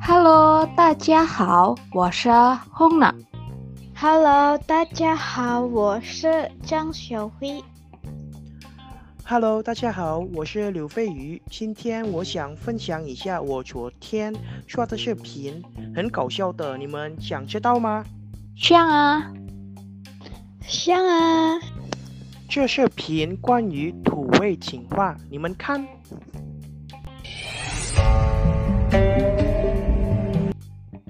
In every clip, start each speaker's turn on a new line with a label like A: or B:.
A: Hello，大家好，我是 Hona。
B: Hello，大家好，我是张小辉。
C: Hello，大家好，我是刘飞鱼。今天我想分享一下我昨天刷的视频，很搞笑的，你们想知道吗？
A: 像啊，
B: 像啊，
C: 这视频关于土味情话，你们看。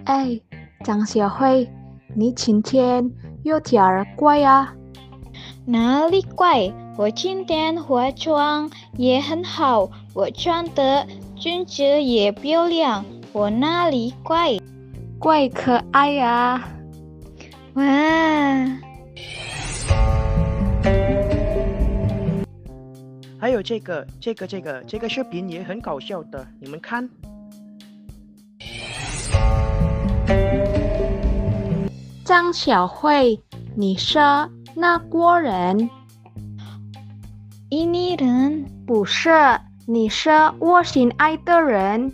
A: 哎，张小慧，你今天有点儿怪啊。
B: 哪里怪？我今天化妆也很好，我穿的裙子也漂亮，我哪里怪？
A: 怪可爱呀、啊！
B: 哇，
C: 还有这个、这个、这个、这个视频也很搞笑的，你们看。
A: 张小慧，你是那国人，
B: ini人
A: 不是？你是我心爱的人，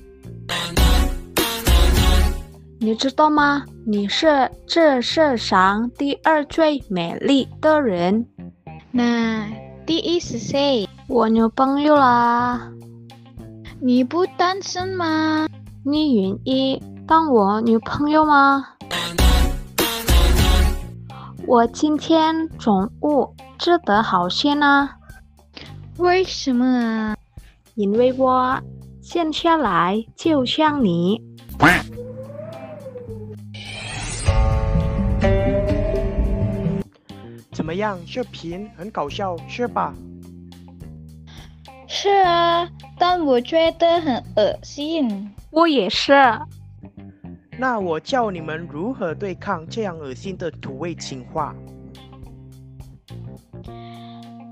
A: 你知道吗？你是这世上第二最美丽的人，
B: 那第一是谁？
A: 我女朋友啦！
B: 你不单身吗？
A: 你愿意当我女朋友吗？我今天中午吃得好些呢，
B: 为什么啊？
A: 因为我闲下来就像你。
C: 怎么样，视频很搞笑是吧？
B: 是啊，但我觉得很恶心。
A: 我也是，
C: 那我教你们如何对抗这样恶心的土味情话。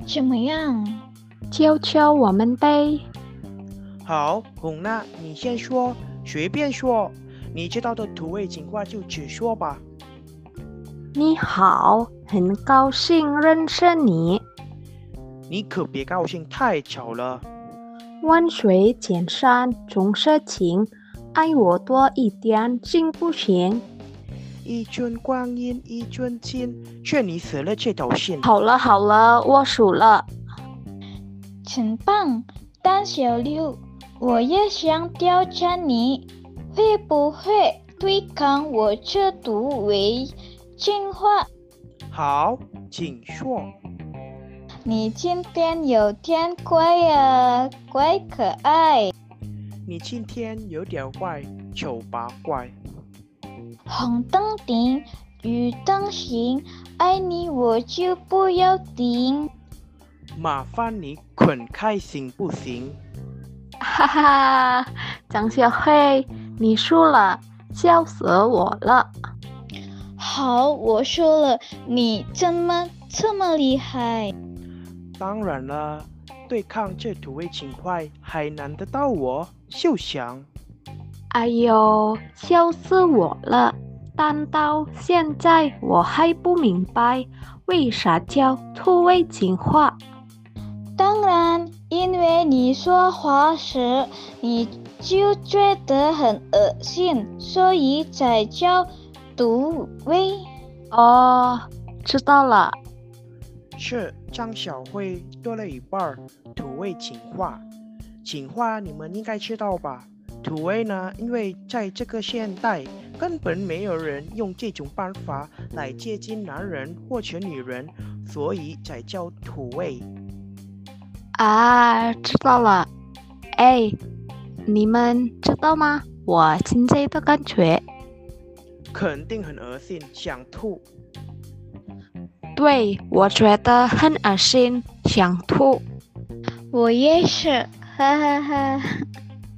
B: 怎么样？
A: 教教我们呗。
C: 好，红娜，你先说，随便说，你知道的土味情话就只说吧。
A: 你好，很高兴认识你。
C: 你可别高兴太早了。
A: 温水见山总是情，爱我多一点行不行？
C: 一尊光阴一尊亲，劝你死了这条心。
A: 好了好了，我数了。
B: 很棒，单小六，我也想挑战你，会不会对抗我这毒为进化？
C: 好，请说。
B: 你今天有点乖呀、乖可爱，
C: 你今天有点怪，丑八怪。
B: 红灯停，绿灯行，爱你我就不要停。
C: 麻烦你滚开行不行？
A: 哈哈，张小慧，你输了，笑死我了。
B: 好，我说了，你怎么这么厉害？
C: 当然了，对抗这土味情话还难得到我？休想！
A: 哎呦，笑死我了！但到现在我还不明白，为啥叫土味情话？
B: 当然，因为你说话时，你就觉得很恶心，所以才叫毒味。
A: 哦，知道了。
C: 是张小慧多了一半儿土味情话。情话你们应该知道吧？土味呢，因为在这个现代，根本没有人用这种办法来接近男人或者女人，所以才叫土味。
A: 啊，知道了。哎，你们知道吗？我现在的感觉，
C: 肯定很恶心，想吐。
A: 对我觉得很恶心，想吐。
B: 我也是，哈哈哈。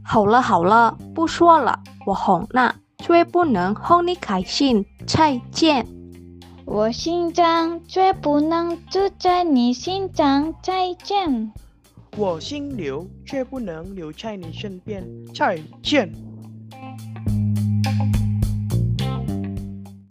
A: 好了好了，不说了，我哄了，最不能哄你开心。再见。
B: 我心脏最不能住在你心脏，再见。
C: 我姓刘，却不能留在你身边。再见。